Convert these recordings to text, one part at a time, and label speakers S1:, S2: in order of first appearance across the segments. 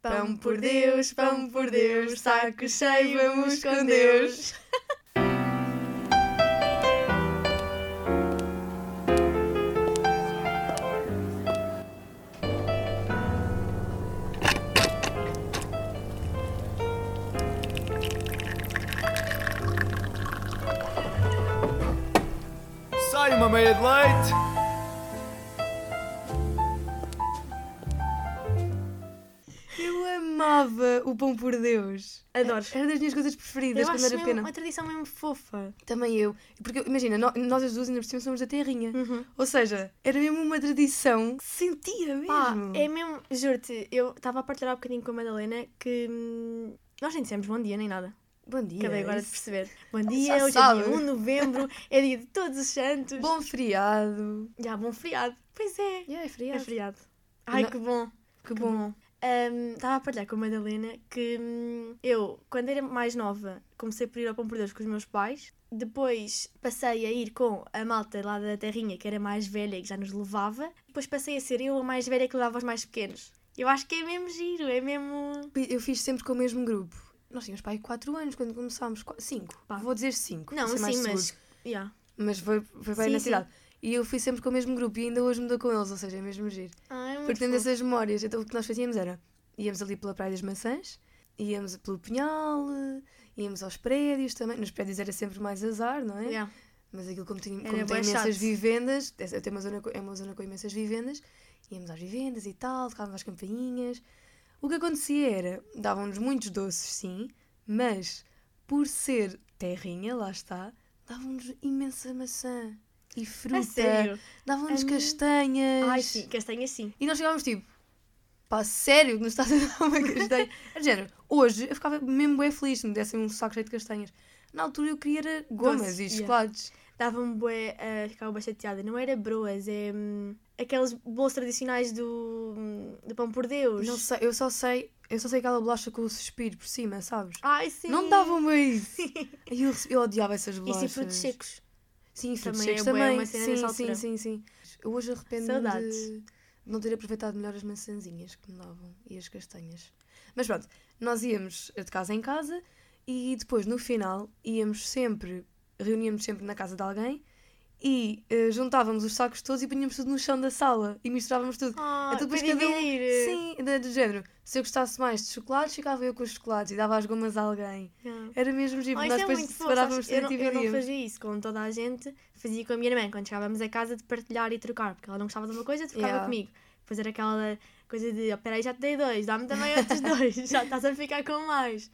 S1: Pão por Deus, pão por Deus, saco cheio, vamos com Deus.
S2: Sai uma meia de leite!
S1: Eu amava o pão por Deus. Adoro. Era das minhas coisas preferidas
S3: Eu
S1: quando
S3: acho
S1: era
S3: mesmo
S1: pequena.
S3: uma tradição mesmo fofa.
S1: Também eu. Porque imagina, no- nós as duas ainda por cima somos da terrinha. Hum.
S3: Uhum.
S1: Ou seja, era mesmo uma tradição que sentia mesmo.
S3: Pá, é mesmo, juro-te, eu estava a partilhar há bocadinho com a Madalena que hum, nós nem dissemos bom dia nem nada.
S1: Bom dia.
S3: Acabei agora de
S1: é isso.
S3: perceber. Bom dia,
S1: Já
S3: hoje
S1: sabe.
S3: é dia 1 de novembro, é dia de todos os santos.
S1: Bom feriado.
S3: Já, bom feriado. Pois é,
S1: Yeah, é
S3: é
S1: feriado.
S3: feriado. Ai,
S1: Não-
S3: que bom.
S1: Que
S3: Que
S1: bom.
S3: bom. Ahm, Estava a partilhar com a Madalena que hum, eu, quando era mais nova, comecei por ir ao Pão por Deus com os meus pais. Depois passei a ir com a malta lá da terrinha, que era mais velha e que já nos levava. Depois passei a ser eu a mais velha que levava os mais pequenos. Eu acho que é mesmo giro, é mesmo...
S1: Eu fiz sempre com o mesmo grupo. Nós tínhamos pai 4 anos quando começámos. 5.
S3: Pá.
S1: Vou dizer 5.
S3: Não, assim, mas... Yeah.
S1: Mas foi, foi bem
S3: Sim,
S1: na
S3: sim.
S1: cidade. E eu fui sempre com o mesmo grupo e ainda hoje mudou com eles, ou seja, é mesmo giro.
S3: Ah, é muito
S1: Porque tendo
S3: fofo.
S1: essas memórias, então o que nós fazíamos era íamos ali pela Praia das Maçãs, íamos pelo Pinhal, íamos aos prédios também. Nos prédios era sempre mais azar, não é?
S3: Yeah.
S1: Mas aquilo como tem,
S3: Era
S1: como tem
S3: bué
S1: imensas
S3: chato.
S1: vivendas, essa- tem uma zona, co- é uma zona com imensas vivendas, íamos às vivendas e tal, tocávamos às campainhas. O que acontecia era, davam-nos muitos doces, sim, mas por ser terrinha, lá está, davam-nos imensa maçã e
S3: A
S1: fruta,
S3: sério?
S1: davam-nos
S3: A mim-
S1: castanhas.
S3: Ai, sim, castanha sim.
S1: E nós chegávamos tipo, pá, sério que nos estás a dar uma castanha? Era de género, hoje eu ficava mesmo bem feliz se me dessem um saco cheio de castanhas. Na altura eu queria era gomas
S3: Doces,
S1: e
S3: yeah.
S1: chocolates.
S3: Dava-me bué, ah, ficava bem chateada. Não era broas, é hum, aqueles bolos tradicionais do, hum, do Pão por Deus.
S1: Não sei, eu só sei, eu só sei aquela bolacha com o suspiro por cima, sabes?
S3: Ai, sim.
S1: Não me davam bem isso. E Eu, rece- eu odiava essas
S3: E
S1: bolachas.
S3: sim, frutos secos.
S1: Sim, frutos
S3: Também
S1: secos
S3: é bué
S1: também.
S3: uma cena
S1: sim,
S3: nessa
S1: sim,
S3: altura.
S1: sim, sim. Eu hoje arrependo-me
S3: Saudades.
S1: de de não ter aproveitado melhor as maçãzinhas que me davam e as castanhas. Mas pronto, nós íamos de casa em casa e depois no final íamos sempre, reuníamos sempre na casa de alguém e eh, juntávamos os sacos todos e punhamos tudo no chão da sala e misturávamos tudo.
S3: Ah, eh,
S1: Então
S3: para
S1: depois cada um.
S3: dividir.
S1: Sim, do, do género. Se eu gostasse mais de chocolates, ficava eu com os chocolates e dava as gomas a alguém.
S3: Yeah.
S1: Era mesmo tipo,
S3: Oh, isso é
S1: nós depois
S3: muito fofo,
S1: separávamos
S3: sabes? eu, não,
S1: tudo e
S3: eu não
S1: dividíamos.
S3: fazia isso com toda a gente, fazia com a minha irmã quando chegávamos a casa de partilhar e trocar, porque ela não gostava de uma coisa, trocava
S1: Yeah.
S3: comigo. Depois era aquela coisa de, oh, peraí, já te dei dois, dá-me também outros dois, já estás a ficar com mais.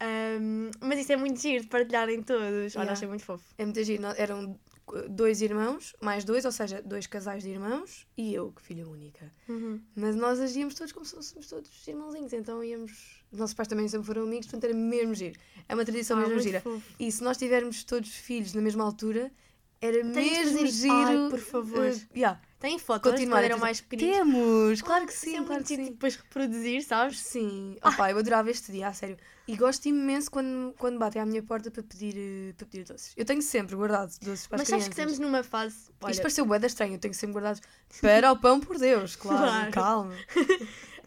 S3: Ahm, mas isso é muito giro de partilharem todos. Olha,
S1: Yeah.
S3: achei muito fofo.
S1: É muito giro. nós- Eram dois irmãos, mais dois, ou seja, dois casais de irmãos e eu, que filha única. Mas nós agíamos todos como se fôssemos todos irmãozinhos, então íamos. Nossos pais também sempre foram amigos, portanto era mesmo giro. É uma tradição
S3: Ah,
S1: mesmo
S3: muito
S1: gira.
S3: fofo.
S1: E se nós tivermos todos filhos na mesma altura, era
S3: de fazer
S1: mesmo
S3: isso.
S1: giro.
S3: Ai, por favor.
S1: eh, yeah.
S3: Tem fotos de
S1: Continuar a
S3: quando eram
S1: fazer-
S3: mais pequeninos?
S1: Temos! Claro que
S3: Isso
S1: sim,
S3: é
S1: claro
S3: muito
S1: que
S3: giro Ah. de
S1: sim.
S3: depois reproduzir, sabes?
S1: Sim, opá, eu adorava este dia, a sério. E gosto imenso quando, quando batem à minha porta para pedir, eh, para pedir doces. Eu tenho sempre guardado doces para as
S3: Mas sabes que
S1: crianças.
S3: estamos numa fase. olha,
S1: Isto pareceu bué da estranho, eu tenho sempre guardado para o pão, por Deus, claro,
S3: Claro.
S1: calma.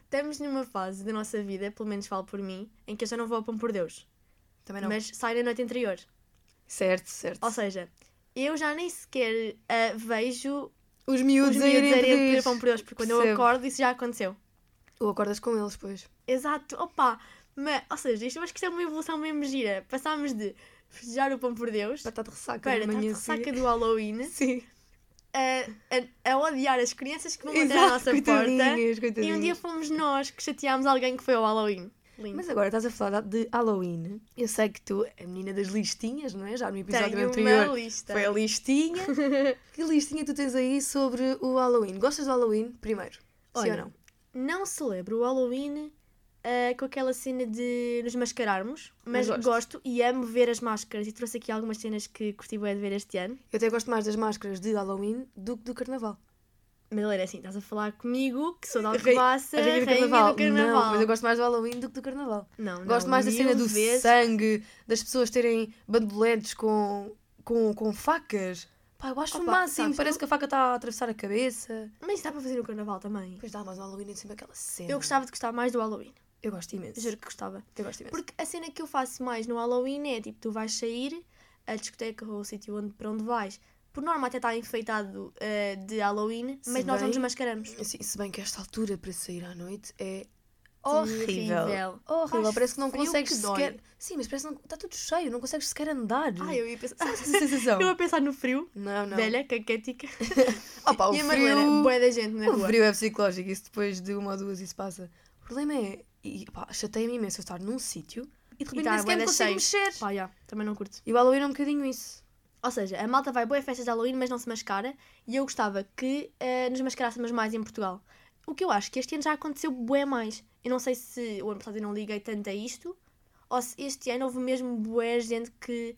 S3: Estamos numa fase da nossa vida, pelo menos falo por mim, em que eu já não vou ao pão por Deus,
S1: Também não.
S3: mas saio na noite anterior.
S1: Certo, certo.
S3: Ou seja, eu já nem sequer ah, vejo
S1: os
S3: os
S1: miúdos a
S3: miúdos
S1: irem
S3: a irem
S1: pedir.
S3: pedir pão por Deus, porque quando eu
S1: Percebo.
S3: acordo isso já aconteceu.
S1: Ou acordas com eles, pois.
S3: Exato, opa! Mas, ou seja, isto, eu acho que isto é uma evolução mesmo gira. Passámos de festejar o pão por Deus
S1: Para estar de ressaca
S3: para
S1: de
S3: estar de
S1: manhã assim.
S3: ressaca do Halloween
S1: Sim.
S3: a, a- a odiar as crianças que vão bater à
S1: Exato,
S3: nossa porta.
S1: coitadinhas,
S3: E um dia
S1: coitadinhas.
S3: fomos nós que chateámos alguém que foi ao Halloween. Lindo.
S1: Mas agora estás a falar de Halloween. Eu sei que tu, a menina das listinhas, não é? Já no episódio
S3: Tenho
S1: anterior.
S3: uma lista.
S1: Foi a listinha. que listinha tu tens aí sobre o Halloween? Gostas do Halloween? Primeiro. sim
S3: Olha,
S1: ou não?
S3: não celebro o Halloween ah, com aquela cena de nos mascararmos, mas
S1: gosto.
S3: gosto. e amo ver as máscaras. E trouxe aqui algumas cenas que curti bem de ver este ano.
S1: Eu até gosto mais das máscaras de Halloween do que do carnaval.
S3: Madalena, assim, estás a falar comigo, que sou da
S1: Rei-
S3: Alcobaça,
S1: A
S3: rainha,
S1: rainha do carnaval.
S3: do carnaval.
S1: Não, mas eu gosto mais do Halloween do que do carnaval.
S3: Não, não,
S1: gosto mais da cena
S3: mil
S1: do
S3: vezes.
S1: sangue, das pessoas terem bandoletes com, com, com facas. Pá, eu acho o
S3: Opa,
S1: máximo.
S3: sabes,
S1: Parece
S3: eu-
S1: que a faca está a atravessar a cabeça.
S3: Mas dá para fazer no carnaval também.
S1: Depois dá mais o um Halloween é sempre aquela cena.
S3: Eu gostava de gostar mais do Halloween.
S1: Eu gosto imenso.
S3: Juro que gostava.
S1: Eu gosto imenso.
S3: Porque a cena que eu faço mais no Halloween é tipo, tu vais sair, a discoteca ou o sítio onde, para onde vais, por norma até está enfeitado eh, de Halloween, mas
S1: Se
S3: nós não nos
S1: bem-
S3: mascaramos.
S1: Assim, se bem que esta altura para sair à noite é horrível.
S3: Terrível.
S1: Horrível.
S3: Faz
S1: Parece que não
S3: frio
S1: consegues
S3: que dói.
S1: sequer. Sim, mas parece que não... está tudo cheio, não consegues sequer andar.
S3: Ai, eu ia pensar.
S1: Sabes essa sensação?
S3: eu ia pensar no frio.
S1: Não, não.
S3: Velha, caquética.
S1: Opa, o
S3: e a Marilena,
S1: frio...
S3: boia da gente na
S1: O
S3: rua.
S1: frio é psicológico, isso depois de uma ou duas isso passa. O problema é, e pá, chateia-me imenso eu estar num sítio e de repente
S3: tá
S1: nem sequer
S3: bué
S1: me
S3: da
S1: consigo mexer.
S3: Pá, já, também não curto.
S1: E o Halloween é um bocadinho isso.
S3: Ou seja, a malta vai boa a festas de Halloween, mas não se mascara. E eu gostava que eh, nos mascarássemos mais em Portugal. O que eu acho que este ano já aconteceu bué mais. Eu não sei se o ano passado eu não liguei tanto a isto, ou se este ano houve mesmo bué gente que,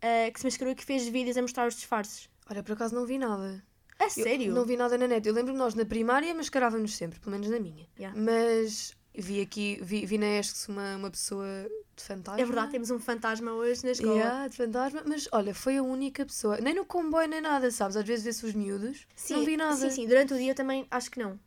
S3: eh, que se mascarou e que fez vídeos a mostrar os disfarces.
S1: Olha, por acaso não vi nada.
S3: A
S1: Eu
S3: sério?
S1: não vi nada na net. Eu lembro que nós na primária mascarávamos sempre, pelo menos na minha.
S3: Yeah.
S1: Mas vi aqui, vi, vi na ESC uma, uma pessoa de fantasma.
S3: É verdade, temos um fantasma hoje na escola.
S1: Yeah, de fantasma, mas olha, foi a única pessoa, nem no comboio nem nada, sabes? Às vezes vê-se os miúdos, não vi nada.
S3: Sim, sim, durante o dia eu também acho que não.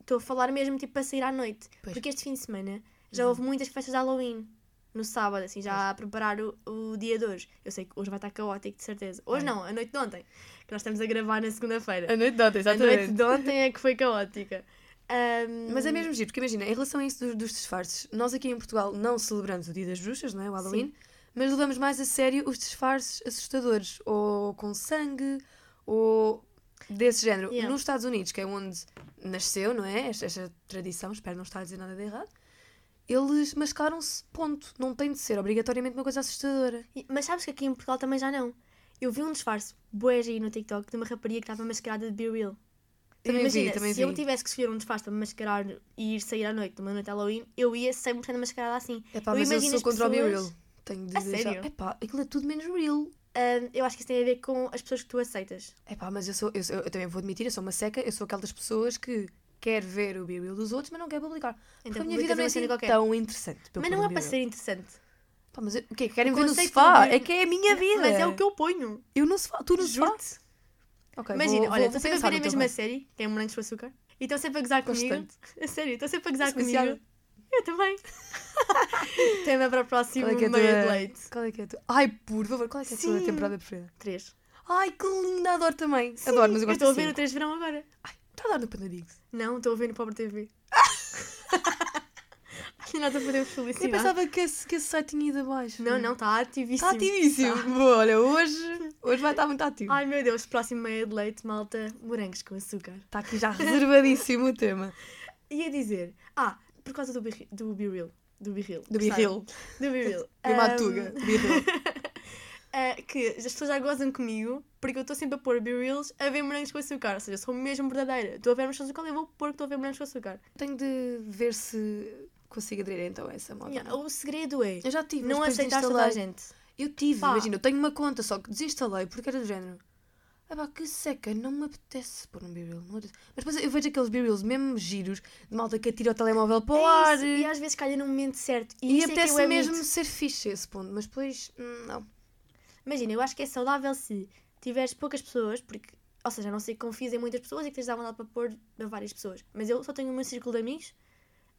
S3: Estou a falar mesmo tipo para sair à noite.
S1: Pois. Uhum.
S3: Porque este fim de semana já houve muitas festas de Halloween. No sábado, assim, já a preparar o, o dia de hoje. Eu sei que hoje vai estar caótico, de certeza. Hoje
S1: É.
S3: não, a noite de ontem. Que nós estamos a gravar na segunda-feira.
S1: A noite dá,
S3: A noite
S1: exatamente.
S3: de ontem é que foi caótica. Ahm,
S1: Mas é mesmo giro, porque imagina, em relação a isso dos, dos disfarces, nós aqui em Portugal não celebramos o Dia das Bruxas, não é? O Halloween, mas levamos mais a sério os disfarces assustadores, ou com sangue, ou desse género.
S3: Yeah.
S1: Nos Estados Unidos, que é onde nasceu, não é? Esta, esta tradição, espero não estar a dizer nada de errado, eles mascaram-se, ponto. Não tem de ser obrigatoriamente uma coisa assustadora.
S3: E- Mas sabes que aqui em Portugal também já não. Eu vi um disfarce bué aí no TikTok de uma rapariga que estava mascarada de Be Real. Então
S1: Também
S3: imagina,
S1: vi, também
S3: se
S1: vi.
S3: eu tivesse que escolher um disfarce para me mascarar e ir sair à noite, numa noite de Halloween, eu ia 100% mascarada assim.
S1: Epá,
S3: eu
S1: mas eu
S3: imagino
S1: sou
S3: as
S1: contra o Be
S3: pessoas-
S1: Real. Tenho de
S3: A
S1: dizer
S3: sério?
S1: Epá, aquilo é tudo menos real.
S3: Ahm, eu acho que isso tem a ver com as pessoas que tu aceitas.
S1: Epá, mas eu sou, eu, sou- eu também vou admitir, eu sou uma seca, eu sou aquelas pessoas que quer ver o Be Real dos outros, mas não quer publicar. Porque
S3: Então,
S1: a minha
S3: publicas
S1: vida não é
S3: uma
S1: assim
S3: cena qualquer.
S1: tão interessante.
S3: Mas não é para ser interessante.
S1: Pá, mas eu- o quê? Querem ver no
S3: conceito
S1: sofá?
S3: do-
S1: É que é a minha vida.
S3: Mas é o que eu ponho.
S1: Eu no sofá, tu no sofá.
S3: Juro-te.
S1: Ok,
S3: Imagina,
S1: vou-
S3: olha,
S1: vou-
S3: estou
S1: vou
S3: sempre a
S1: pensar
S3: ver a
S1: no teu
S3: mesma
S1: caso.
S3: série, que é Morangos com Açúcar, e estão sempre a gozar comigo. A sério, estão sempre a gozar
S1: Desgraciada.
S3: comigo. Eu também. Tema para o próximo
S1: Qual é que é a
S3: meio de leite.
S1: tua... Qual é que é a tua... Ai, por favor, qual é que é a tua
S3: Sim.
S1: temporada preferida?
S3: Três.
S1: Ai, que linda, adoro também. adoro, mas eu
S3: Eu
S1: gosto
S3: estou a
S1: assim.
S3: ver o Três de Verão agora.
S1: Ai, está a dar no Panadix.
S3: Não, estou a ver no Pobre TV. Acho que nós a podemos publicidade.
S1: Eu pensava que esse, que esse site tinha ido abaixo.
S3: Não, não, está
S1: Está
S3: ativíssimo. Tá.
S1: ativíssimo. Boa, Olha, hoje, hoje vai estar muito ativo.
S3: Ai meu Deus, próximo meio de leite, malta, morangos com açúcar.
S1: Está aqui já reservadíssimo o tema.
S3: Ia dizer, ah, por causa do Be, do Be Real. Do Be Real.
S1: Do
S3: sabe?
S1: birril.
S3: Do Be Real.
S1: Do Matuga.
S3: Ahm,
S1: Birril.
S3: ah, que as pessoas já gozam comigo porque eu estou sempre a pôr Be Reals a ver morangos com açúcar. Ou seja, sou mesmo verdadeira. Estou a ver morangos com açúcar, eu vou pôr que estou a ver morangos com açúcar.
S1: Tenho de ver se consigo aderir então a essa moda.
S3: Minha- o segredo é
S1: Eu já tive,
S3: não
S1: mas depois
S3: aceitar toda a
S1: desinstalei.
S3: gente.
S1: Eu tive,
S3: Pá.
S1: imagina, eu tenho uma conta, só que desinstalei porque era do género. Ah pá, que seca, não me apetece pôr um B-Reel. não apetece. Mas depois eu vejo aqueles B-Reels mesmo giros, de malta que atira o telemóvel para o
S3: É
S1: ar.
S3: isso, E às vezes calha num momento certo. E,
S1: E
S3: isso é que eu
S1: apetece
S3: admito.
S1: mesmo ser fixe a esse ponto, mas depois, hum, não.
S3: Imagina, eu acho que é saudável se tiveres poucas pessoas, porque, ou seja, a não sei que confies em muitas pessoas e que tens de dar vontade para pôr a várias pessoas. Mas eu só tenho o meu círculo de amigos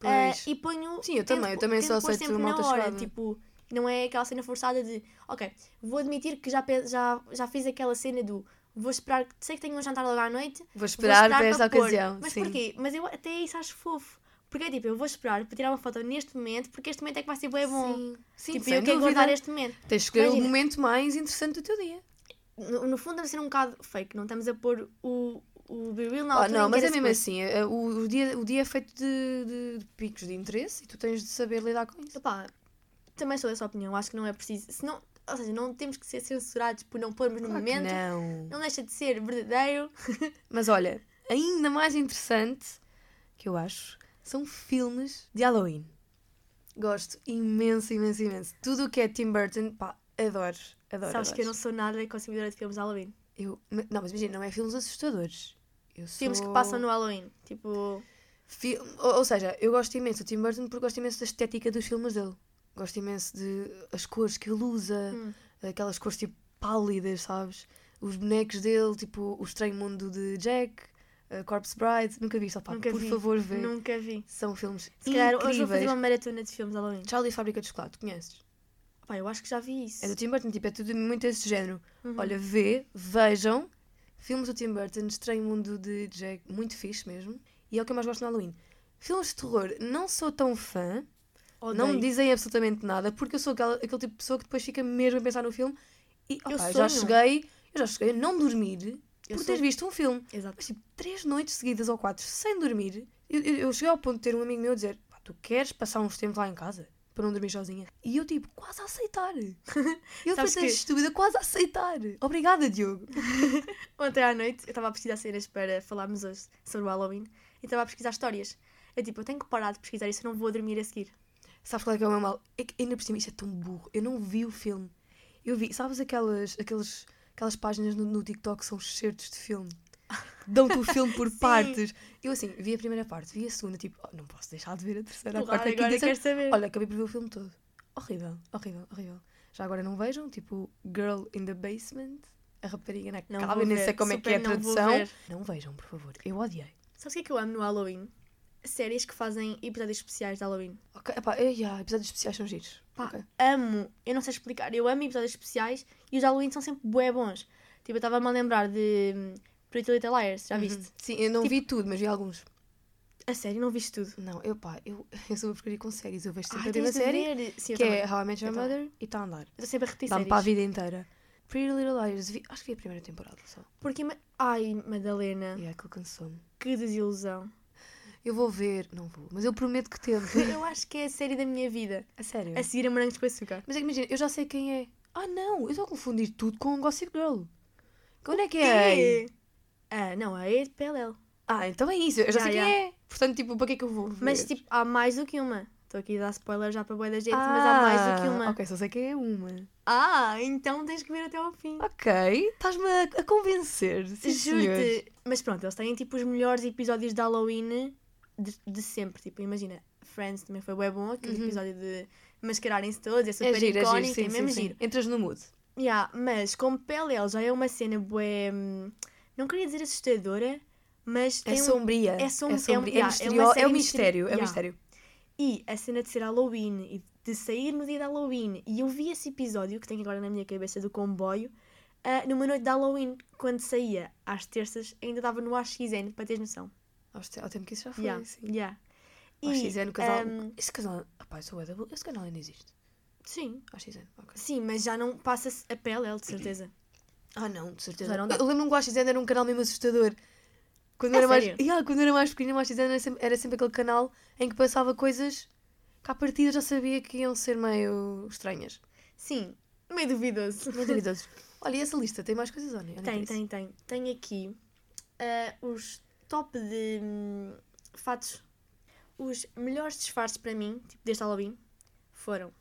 S3: ah,
S1: Pois.
S3: e ponho.
S1: Sim, eu
S3: tento
S1: também, eu
S3: pô-
S1: também
S3: tento
S1: só
S3: pôr
S1: aceito
S3: sempre na
S1: malta
S3: hora,
S1: chegada.
S3: Tipo, não é aquela cena forçada de, ok, vou admitir que já, pe- já, já fiz aquela cena do. Vou esperar, que- sei que tenho um jantar logo à noite,
S1: Vou esperar, para esta
S3: pôr.
S1: ocasião.
S3: Mas
S1: sim.
S3: porquê? Mas eu até isso acho fofo. Porque é tipo, eu vou esperar para tirar uma foto neste momento, porque este momento é que vai ser bem bom.
S1: Sim, sim
S3: tipo,
S1: sem
S3: eu quero
S1: dúvida.
S3: guardar este momento.
S1: Tens de escolher o
S3: Imagina.
S1: momento mais interessante do teu dia.
S3: No, no fundo, deve ser um bocado fake. Não estamos a pôr o, o Be Real na
S1: Ah,
S3: altura
S1: não,
S3: em que
S1: mas
S3: era
S1: é mesmo
S3: suposto.
S1: assim. é- é- o, o dia, o dia é feito de, de- de picos de interesse e tu tens de saber lidar com isso.
S3: Epá, também sou dessa opinião. Acho que não é preciso. Se não, ou seja, não temos que ser censurados por não pormos no
S1: Claro que
S3: momento. Não.
S1: não.
S3: deixa de ser verdadeiro.
S1: Mas olha, ainda mais interessante que eu acho são filmes de Halloween. Gosto imenso, imenso, imenso. Tudo o que é Tim Burton, pá, adoro. Adoro.
S3: Sabes
S1: adoro.
S3: que eu não sou nada consumidora de filmes de Halloween.
S1: Eu- ma- não, mas imagina, não é filmes assustadores. Eu sou...
S3: Filmes que passam no Halloween. Tipo,
S1: Fi- Ou, ou seja, eu gosto imenso do Tim Burton porque gosto imenso da estética dos filmes dele. Gosto imenso de as cores que ele usa,
S3: Hum.
S1: aquelas cores tipo pálidas, sabes? Os bonecos dele, tipo o estranho mundo de Jack, uh, Corpse Bride, nunca viste, opá,
S3: Nunca
S1: Ah, por
S3: vi.
S1: favor vê.
S3: Nunca vi.
S1: São filmes
S3: Se calhar hoje vou fazer
S1: incríveis.
S3: uma maratona de filmes Halloween.
S1: Charlie e a Fábrica de Chocolate, conheces?
S3: Pá, eu acho que já vi isso.
S1: É do Tim Burton, tipo, é tudo muito esse género.
S3: Uhum.
S1: Olha, vê, vejam, filmes do Tim Burton, Estranho Mundo de Jack, muito fixe mesmo, e é o que eu mais gosto no Halloween. Filmes de terror, não sou tão fã,
S3: Odeio.
S1: não me dizem absolutamente nada, porque eu sou aquela, aquele tipo de pessoa que depois fica mesmo a pensar no filme e
S3: Eu
S1: opá, eu já
S3: sonho.
S1: cheguei, eu já cheguei a não dormir
S3: Eu
S1: por
S3: sou-
S1: ter visto um filme.
S3: Exato.
S1: Mas tipo, três noites seguidas ou quatro sem dormir, eu, eu, eu cheguei ao ponto de ter um amigo meu dizer: Pá, tu queres passar uns tempos lá em casa para não dormir sozinha? E eu, tipo, quase a aceitar. Eu
S3: Sabes
S1: pensei
S3: que-
S1: estúpida, quase a aceitar. Obrigada, Diogo.
S3: Ontem à noite eu estava a pesquisar cenas para falarmos hoje sobre o Halloween e estava a pesquisar histórias. É tipo, eu tenho que parar de pesquisar isso, eu não vou dormir a seguir.
S1: Sabes qual é que é o meu mal? É que ainda por cima, isso é tão burro. Eu não vi o filme. Eu vi, sabes aquelas, aqueles, aquelas páginas no, no TikTok que são certos de filme? Dão-te o filme por
S3: Sim.
S1: partes. Eu assim, vi a primeira parte, vi a segunda, tipo, "Oh, não posso deixar de ver a terceira, é a
S3: Claro,
S1: quarta, a quinta,
S3: agora
S1: a sexta."
S3: quero saber.
S1: Olha, acabei por ver o filme todo. Horrível, horrível, horrível. Já agora não vejam, tipo, Girl in the Basement, a rapariga na
S3: Não
S1: cava,
S3: vou
S1: nem
S3: ver,
S1: sei como é que é a
S3: super não vou
S1: tradução.
S3: ver.
S1: Não, vejam, por favor, eu odiei.
S3: Sabes o que é que eu amo no Halloween? Séries que fazem episódios especiais de Halloween.
S1: Ok, epá, eh, yeah, episódios especiais são giros.
S3: Pá,
S1: Ok.
S3: amo. Eu não sei explicar. Eu amo episódios especiais e os de Halloween são sempre bué bons. Tipo, eu estava-me a lembrar de hum, Pretty Little Liars. Já viste? Tipo
S1: Uhum. Sim, eu não vi tudo, mas vi alguns.
S3: A série, não viste tudo.
S1: Não, eu pá, eu, eu sou uma porcaria com séries, eu vejo sempre a
S3: tens
S1: mesma
S3: de
S1: série,
S3: ver. Sim, eu
S1: que
S3: também.
S1: é How I Met Your
S3: Eu também.
S1: Mother, e está a andar.
S3: Eu estou sempre a repetir
S1: Dá-me para a
S3: séries.
S1: vida inteira. Pretty Little Liars, vi- acho que vi a primeira temporada só.
S3: Porque, ma- ai, Madalena,
S1: E é aquilo cansou-me.
S3: que desilusão.
S1: Eu vou ver, não vou, mas eu prometo que tento.
S3: Eu acho que é a série da minha vida.
S1: a sério?
S3: A seguir a Morangos com Açúcar.
S1: Mas é que imagina, eu já sei quem é. Ah não, eu estou a confundir tudo com um Gossip Girl. Onde é que é?
S3: É. Ah, não, a é de PLL.
S1: Ah, então é isso, eu já
S3: Já,
S1: sei quem
S3: já.
S1: é. Portanto, tipo, para que é que eu vou ver?
S3: Mas, tipo, há mais do que uma. Estou aqui a dar spoiler já para boa da gente, mas há mais do que
S1: Ah,
S3: uma.
S1: Ok, só sei quem é uma.
S3: Ah, então tens que ver até ao fim.
S1: Ok, estás-me a, a convencer. sim, senhor.
S3: Juro-te. é Mas pronto, eles têm tipo os melhores episódios de Halloween de, de sempre. Tipo, imagina, Friends também foi bem bom, aquele
S1: Uhum.
S3: episódio de mascararem-se todos, é super
S1: É giro, é
S3: icónico,
S1: giro, sim,
S3: é
S1: sim,
S3: mesmo
S1: sim.
S3: giro.
S1: Entras no mood.
S3: Yeah, mas como PLL já é uma cena bué, hum, não queria dizer assustadora, mas
S1: É
S3: tem um-
S1: sombria.
S3: é som-
S1: É
S3: é um-
S1: sombria. É,
S3: yeah, é
S1: misterio-
S3: uma
S1: é um
S3: série
S1: mistério. É um
S3: misteri-
S1: mistério.
S3: E a cena de ser Halloween e de sair no dia de Halloween. E eu vi esse episódio que tenho agora na minha cabeça do comboio ah, numa noite de Halloween, quando saía às terças, ainda dava no AXN, para teres noção.
S1: Ao te- Ao tempo que isso já foi,
S3: Yeah,
S1: sim.
S3: yeah. ah,
S1: Ao XN, o casal...
S3: ahm,
S1: Esse casal... Rapaz, sou eu da... Esse canal ainda existe.
S3: sim,
S1: Ao XN, ok.
S3: sim, mas já não passa-se a PLL, de certeza.
S1: Ah, não, de certeza.
S3: Já não dá.
S1: Eu lembro-me que o Ashizenda era um canal mesmo assustador. Quando,
S3: A
S1: era mais...
S3: sério?
S1: Yeah, quando eu era mais pequenina, o Ashizenda era sempre, era sempre aquele canal em que passava coisas que à partida eu já sabia que iam ser meio estranhas.
S3: Sim, meio duvidoso.
S1: Meio duvidosas. Olha, e essa lista tem mais coisas, olha. olha
S3: Tem,
S1: para isso.
S3: tem, tem. Tem aqui ah, os top de hum, fatos. Os melhores disfarces para mim, tipo, deste Halloween, foram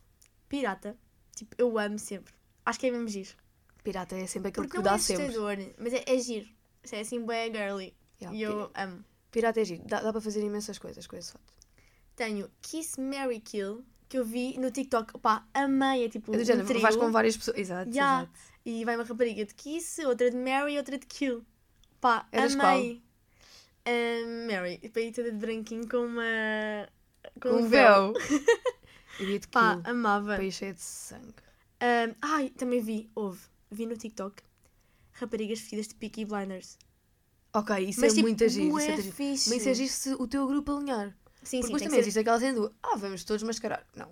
S3: pirata. Tipo, eu amo sempre. Acho que é mesmo giro.
S1: Pirata é sempre aquele
S3: Porque
S1: que
S3: não é
S1: dá sempre.
S3: assustador, mas é, é giro. Isso É assim, bem girly.
S1: Yeah,
S3: e eu amo.
S1: Pirata é giro. Dá, dá para fazer imensas coisas com esse fato.
S3: Tenho Kiss, Mary Kill, que eu vi no TikTok. Opá, amei. É tipo,
S1: É do
S3: um
S1: género,
S3: trio.
S1: vais com várias pessoas. Exato,
S3: Yeah.
S1: exato.
S3: E vai uma rapariga de Kiss, outra de Mary, outra de Kill. Pá,
S1: Eras
S3: amei. Ah, Mary, e para ir toda de branquinho com uma.
S1: Com um véu. E dito que
S3: Pá,
S1: o
S3: amava.
S1: país cheio é de sangue.
S3: Ah, ai, também vi, houve, vi no TikTok raparigas vestidas de Peaky Blinders.
S1: Ok, isso
S3: Mas,
S1: é
S3: tipo,
S1: muito agir. Isso é
S3: bué
S1: muito agir.
S3: fixe.
S1: Mas isso é agir se o teu grupo alinhar.
S3: Sim, sim,
S1: Porque depois
S3: tem
S1: também é
S3: que ser.
S1: existe aquela cena do ah, vamos todos mascarar. Não.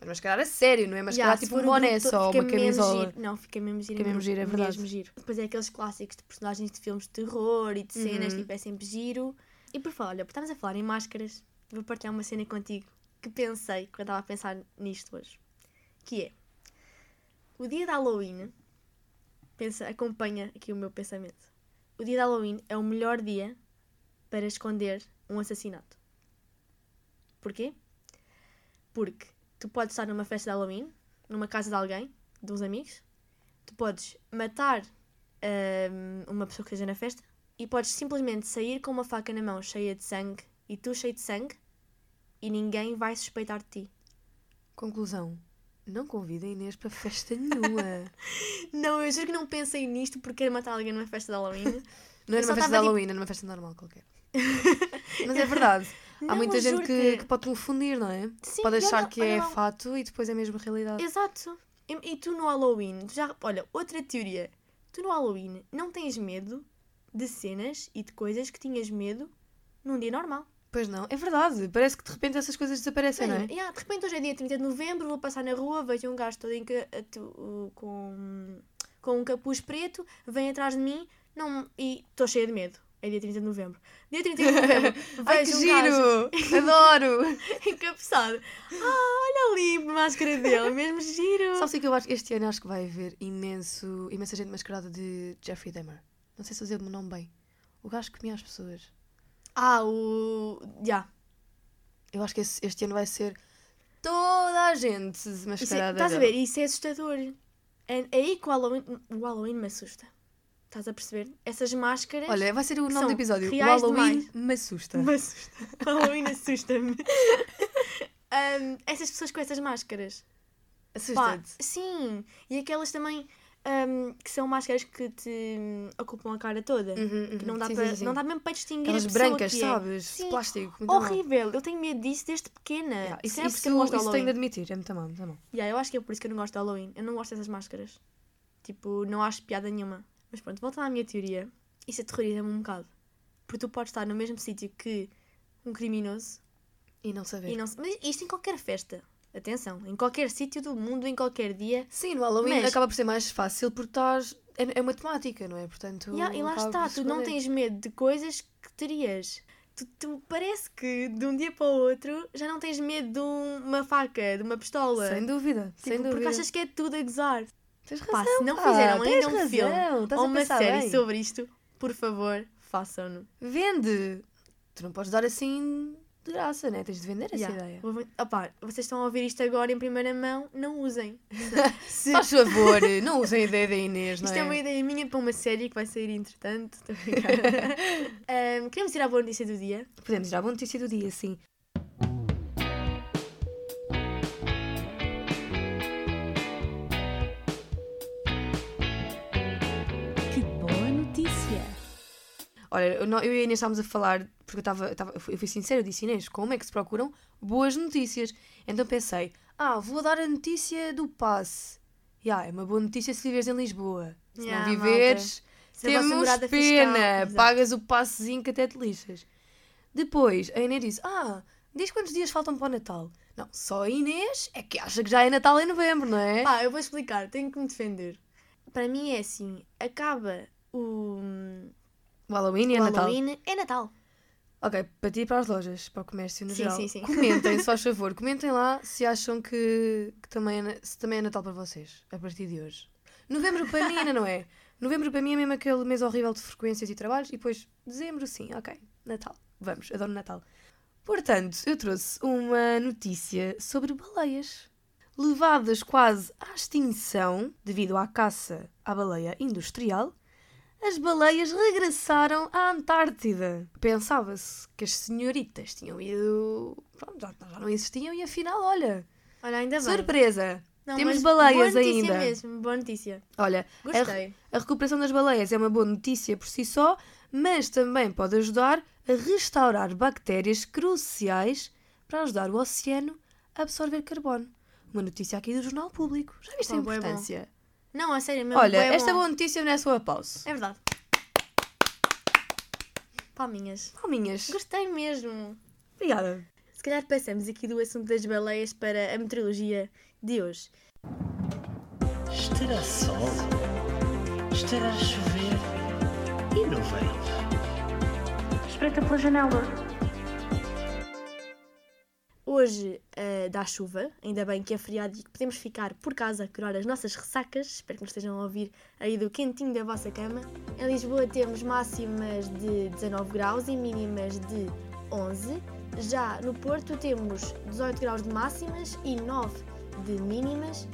S1: Mas mascarar a sério, não é mascarar
S3: se
S1: tipo
S3: for
S1: um
S3: grupo
S1: boné
S3: todo,
S1: só,
S3: fica
S1: uma
S3: mesmo
S1: camisola.
S3: giro. Não, fica mesmo giro.
S1: Fica mesmo giro, é verdade.
S3: Mesmo giro. Depois é aqueles clássicos de personagens de filmes de terror e de cenas,
S1: Uhum.
S3: tipo, é sempre giro. E por falar, olha, por estarmos a falar em máscaras, vou partilhar uma cena contigo que pensei quando estava a pensar nisto hoje. Que é, o dia de Halloween, pensa, acompanha aqui o meu pensamento. O dia de Halloween é o melhor dia para esconder um assassinato. Porquê? Porque tu podes estar numa festa de Halloween, numa casa de alguém, de uns amigos, tu podes matar hum, uma pessoa que esteja na festa e podes simplesmente sair com uma faca na mão cheia de sangue e tu cheio de sangue e ninguém vai suspeitar de ti.
S1: Conclusão. Não convidem Inês para festa nenhuma.
S3: Não, eu juro que não pensei nisto porque quero matar alguém numa festa de Halloween,
S1: Não
S3: Eu
S1: era
S3: só
S1: uma festa de
S3: tava, tipo-
S1: Halloween, era uma festa normal qualquer. Mas é verdade. Há
S3: Não,
S1: muita
S3: eu
S1: gente
S3: juro
S1: que, que pode confundir, não é?
S3: Sim,
S1: pode
S3: e
S1: achar
S3: olha-
S1: que
S3: olha
S1: é
S3: lá-
S1: fato e depois é mesmo realidade.
S3: Exato. E, e tu no Halloween, tu já, olha, outra teoria. Tu no Halloween não tens medo de cenas e de coisas que tinhas medo num dia normal.
S1: Pois não, é verdade. Parece que de repente essas coisas desaparecem, não é?
S3: Imagina, "Ya, de repente hoje é dia 30 de novembro, vou passar na rua, vejo um gajo todo em ca- a tu- o- com, com um capuz preto, vem atrás de mim não, e estou cheia de medo. É dia 30 de novembro. Dia 30 de novembro, vejo
S1: Ai, que
S3: um gajo
S1: giro! Adoro!
S3: encapuçado. Ah, olha ali, máscara dele, mesmo giro.
S1: Sabe o que é que eu acho? Este ano acho que vai haver imenso, imensa gente mascarada de Jeffrey Dahmer. Não sei se eu dizer o meu nome bem. O gajo que comia as pessoas.
S3: Ah, o... Ya.
S1: Eu acho que esse- este ano vai ser toda a gente
S3: Isso é-
S1: mascarada.
S3: Estás a
S1: dele.
S3: ver? Isso é assustador. É, é aí que o Halloween, o Halloween me assusta. Estás a perceber? Essas máscaras.
S1: Olha, vai ser o nome
S3: São
S1: do episódio. O
S3: reais
S1: Halloween
S3: demais.
S1: me assusta.
S3: me assusta. O Halloween assusta-me. Ahm, essas pessoas com essas máscaras. Pá,
S1: Assusta-te.
S3: sim. E aquelas também ahm, que são máscaras que te hum, ocupam a cara toda.
S1: Uhum, uhum.
S3: Que não dá,
S1: Sim,
S3: para,
S1: sim, sim.
S3: não dá mesmo para distinguir
S1: Aquelas
S3: a pessoa
S1: brancas,
S3: que é.
S1: sabes?
S3: Sim.
S1: De plástico. Muito mal.
S3: Horrível. Eu tenho medo disso desde pequena.
S1: Yeah, Isso,
S3: Sempre
S1: isso,
S3: que eu não gosto de
S1: isso
S3: Halloween.
S1: tenho de admitir. É muito mal, muito mal.
S3: Yeah, eu acho que é por isso que eu não gosto de Halloween. Eu não gosto dessas máscaras. Tipo, não acho piada nenhuma. Mas pronto, voltando à minha teoria, isso aterroriza-me um bocado. Porque tu podes estar no mesmo sítio que um criminoso
S1: E não saber.
S3: e não se... Mas isto em qualquer festa. Atenção, em qualquer sítio do mundo, em qualquer dia.
S1: Sim, no Halloween
S3: Mas-
S1: acaba por ser mais fácil porque estás. É, é uma temática, não é? Portanto.
S3: Yeah, e lá
S1: acaba por
S3: está,
S1: se
S3: tu não
S1: esconder.
S3: tens medo de coisas que terias. Tu, tu parece que de um dia para o outro já não tens medo de um- uma faca, de uma pistola.
S1: Sem dúvida,
S3: Tipo,
S1: sem
S3: porque
S1: dúvida.
S3: achas que é tudo a gozar.
S1: Tens razão.
S3: Pá, se não
S1: pá,
S3: fizeram
S1: tens
S3: ainda um filme
S1: razão, estás a
S3: ou uma
S1: pensar
S3: série
S1: bem.
S3: sobre isto, por favor, façam-no.
S1: Vende! Tu não podes dar assim de graça, né? Tens de vender essa
S3: Yeah.
S1: ideia.
S3: Vou- opá, vocês estão a ouvir isto agora em primeira mão, não usem. Se-
S1: Faz favor, não usem a ideia da Inês, não
S3: isto é uma
S1: é?
S3: ideia minha para uma série que vai sair entretanto. Estou a brincar. Ahm, queremos ir à boa notícia do dia.
S1: Podemos ir à boa notícia do dia, sim.
S4: Que boa notícia!
S1: Olha, eu, não- eu e a Inês estávamos a falar, porque eu, estava, eu, estava- eu fui- eu fui sincera, eu disse Inês, como é que se procuram boas notícias? Então pensei, ah, vou dar a notícia do passe. E ah, é uma boa notícia se viveres em Lisboa. Se
S3: Yeah,
S1: não viveres,
S3: Se a vossa
S1: temos
S3: morada fiscal-
S1: pena,
S3: Exato.
S1: pagas o passezinho que até te lixas. Depois, a Inês disse, ah, diz quantos dias faltam para o Natal. Não, só a Inês é que acha que já é Natal em novembro, não é?
S3: Pá, eu vou explicar, tenho que me defender. Para mim é assim, acaba o,
S1: o Halloween é
S3: o
S1: Natal.
S3: Halloween, é Natal.
S1: Ok, para ti e para as lojas, para o comércio no
S3: Sim,
S1: geral.
S3: sim, sim.
S1: Comentem, se faz favor, comentem lá se acham que, que também, é, na- se também é Natal para vocês, a partir de hoje. Novembro para mim ainda não é. Novembro para mim é mesmo aquele mês horrível de frequências e trabalhos, e depois dezembro, sim, ok, Natal. Vamos, adoro Natal. Portanto, eu trouxe uma notícia sobre baleias. Levadas quase à extinção devido à caça à baleia industrial, as baleias regressaram à Antártida. Pensava-se que as senhoritas tinham ido. Pronto, já, já não existiam e afinal, olha.
S3: Olha, ainda bem.
S1: surpresa!
S3: Não,
S1: Temos
S3: mas
S1: baleias
S3: boa notícia
S1: ainda. É
S3: mesmo, boa notícia.
S1: Olha, a re-
S3: Gostei.
S1: a recuperação das baleias é uma boa notícia por si só, mas também pode ajudar a restaurar bactérias cruciais para ajudar o oceano a absorver carbono. Uma notícia aqui do Jornal Público. Já viste a
S3: Opa, bué bom.
S1: importância?
S3: Não, a sério é mesmo.
S1: Olha,
S3: bué
S1: esta
S3: bom.
S1: boa notícia não é só a pausa.
S3: É verdade. Palminhas.
S1: Palminhas.
S3: Gostei mesmo.
S1: Obrigada.
S3: Se calhar passamos aqui do assunto das baleias para a meteorologia de hoje.
S5: Estará sol? Estará a chover? E não veio?
S4: Espreita pela janela.
S3: Hoje ah, dá chuva, ainda bem que é feriado e que podemos ficar por casa a curar as nossas ressacas. Espero que nos estejam a ouvir aí do quentinho da vossa cama. Em Lisboa temos máximas de 19 graus e mínimas de 11. Já no Porto temos 18 graus de máximas e 9 de mínimas.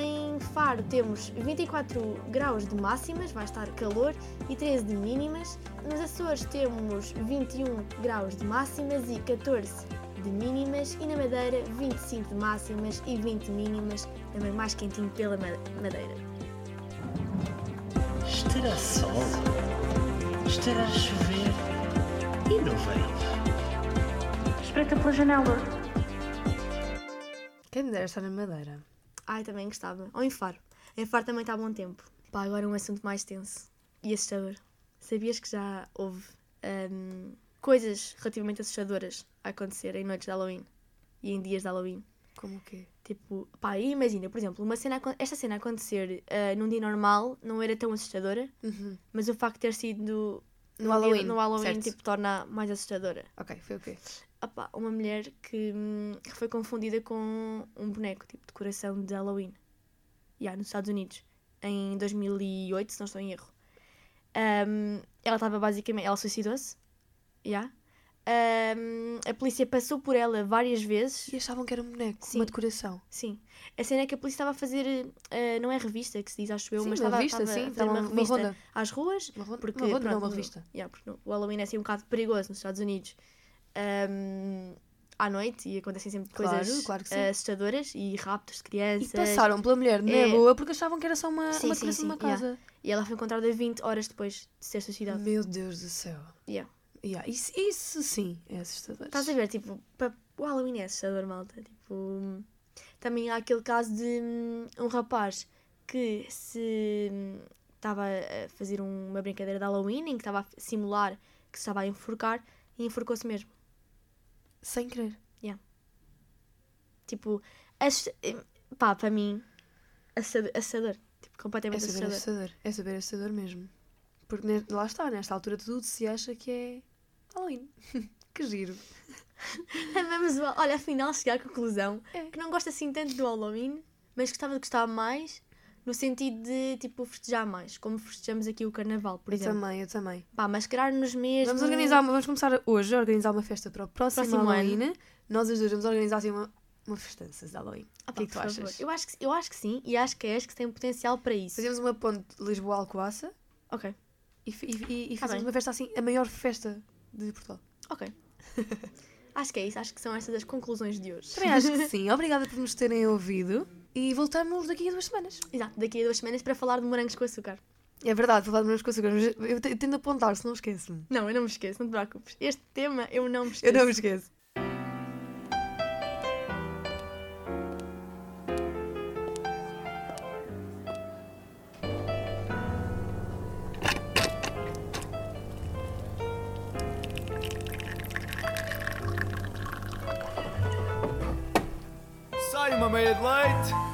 S3: Em Faro temos 24 graus de máximas, vai estar calor, e 13 de mínimas. Nos Açores temos 21 graus de máximas e 14 de mínimas. E na Madeira, 25 de máximas e 20 mínimas, também mais quentinho pela Ma- Madeira.
S5: Estará sol? Estará a chover e não veio.
S4: Espreita pela janela.
S1: Quem me dera estar na Madeira.
S3: Ai, também gostava. Ou em Faro. Em Faro também está bom tempo. Pá, agora um assunto mais tenso e assustador. Sabias que já houve hum, coisas relativamente assustadoras a acontecer em noites de Halloween e em dias de Halloween?
S1: Como o quê?
S3: Tipo, pá, e imagina, por exemplo, uma cena, acon- esta cena acontecer ah, num dia normal não era tão assustadora,
S1: Uhum.
S3: mas o facto de ter sido
S1: No
S3: num dia-
S1: Halloween,
S3: no Halloween
S1: certo.
S3: tipo, torna mais assustadora.
S1: Ok, foi o quê?
S3: Opá, uma mulher que, hum, que foi confundida com um boneco, tipo, de coração de Halloween. Já, nos Estados Unidos. Em 2008, se não estou em erro. Hum, ela estava basicamente... Ela suicidou-se. Já. Hum, a polícia passou por ela várias vezes.
S1: E achavam que era um boneco,
S3: Sim.
S1: uma decoração.
S3: Sim. A cena é que a polícia estava a fazer... eh, não é revista que se diz, acho eu.
S1: Sim,
S3: mas
S1: uma
S3: estava,
S1: revista,
S3: estava
S1: sim,
S3: a fazer
S1: dava
S3: uma
S1: uma é
S3: revista
S1: ronda.
S3: às ruas.
S1: Uma ronda,
S3: Porque,
S1: uma, ronda, não,
S3: pronto,
S1: uma
S3: no-
S1: revista.
S3: Yeah, porque no- o Halloween é assim um bocado perigoso nos Estados Unidos Ahm, à noite e acontecem sempre
S1: Claro,
S3: coisas
S1: claro que sim.
S3: eh, assustadoras e raptos de
S1: E
S3: crianças.
S1: passaram pela mulher na
S3: É.
S1: boa porque achavam que era só uma,
S3: Sim,
S1: uma
S3: sim,
S1: decoração de uma
S3: sim, yeah.
S1: casa.
S3: E ela foi encontrada 20 horas depois de ser suicidada.
S1: Meu Deus do céu.
S3: Yeah.
S1: Yeah, Isso, isso sim é assustador.
S3: Estás a ver, tipo, pa- o Halloween é assustador, malta. Tipo, também há aquele caso de hum, um rapaz que se hum, estava a fazer um- uma brincadeira de Halloween em que estava a simular que se estava a enforcar e enforcou-se mesmo.
S1: Sem querer.
S3: Tipo, as, pá, para mim, assustador. assustador. Tipo,
S1: É
S3: completamente
S1: saber
S3: assustador.
S1: assustador. É saber assustador mesmo. Porque ne- lá está, nesta altura tudo se acha que é Halloween. que giro.
S3: Vamos, lá. olha, afinal, chegar à conclusão
S1: É.
S3: que não gosto assim tanto do Halloween, mas gostava de gostar mais no sentido de, tipo, festejar mais, como festejamos aqui o Carnaval, por
S1: eu
S3: exemplo.
S1: também, eu também.
S3: Pá, mascarar-nos mesmo.
S1: Vamos organizar, uma- vamos começar hoje a organizar uma festa para o próximo,
S3: Próximo ano.
S1: Halloween. Nós as duas vamos organizar assim uma, uma festança de Halloween.
S3: Ah,
S1: o que é que tu
S3: por favor.
S1: achas?
S3: Eu acho, que, eu acho que sim, e acho que é, acho que tem potencial para isso.
S1: Fazemos uma ponte de Lisboa a Alcoaça
S3: Ok,
S1: e, fi- e- e- e
S3: Tá
S1: fazemos
S3: bem.
S1: uma festa assim, a maior festa de Portugal.
S3: ok. acho que é isso, acho que são estas as conclusões de hoje.
S1: Também acho que sim. Obrigada por nos terem ouvido. E voltamos daqui a duas semanas.
S3: Exato, daqui a duas semanas para falar de morangos com açúcar.
S1: É verdade, vou falar de umas coisas. mas Eu te- tento apontar, senão esqueço-me.
S3: Não, eu não me esqueço, não te preocupes. Este tema eu não me esqueço.
S1: Eu não me esqueço.
S2: Sai, uma meia de leite.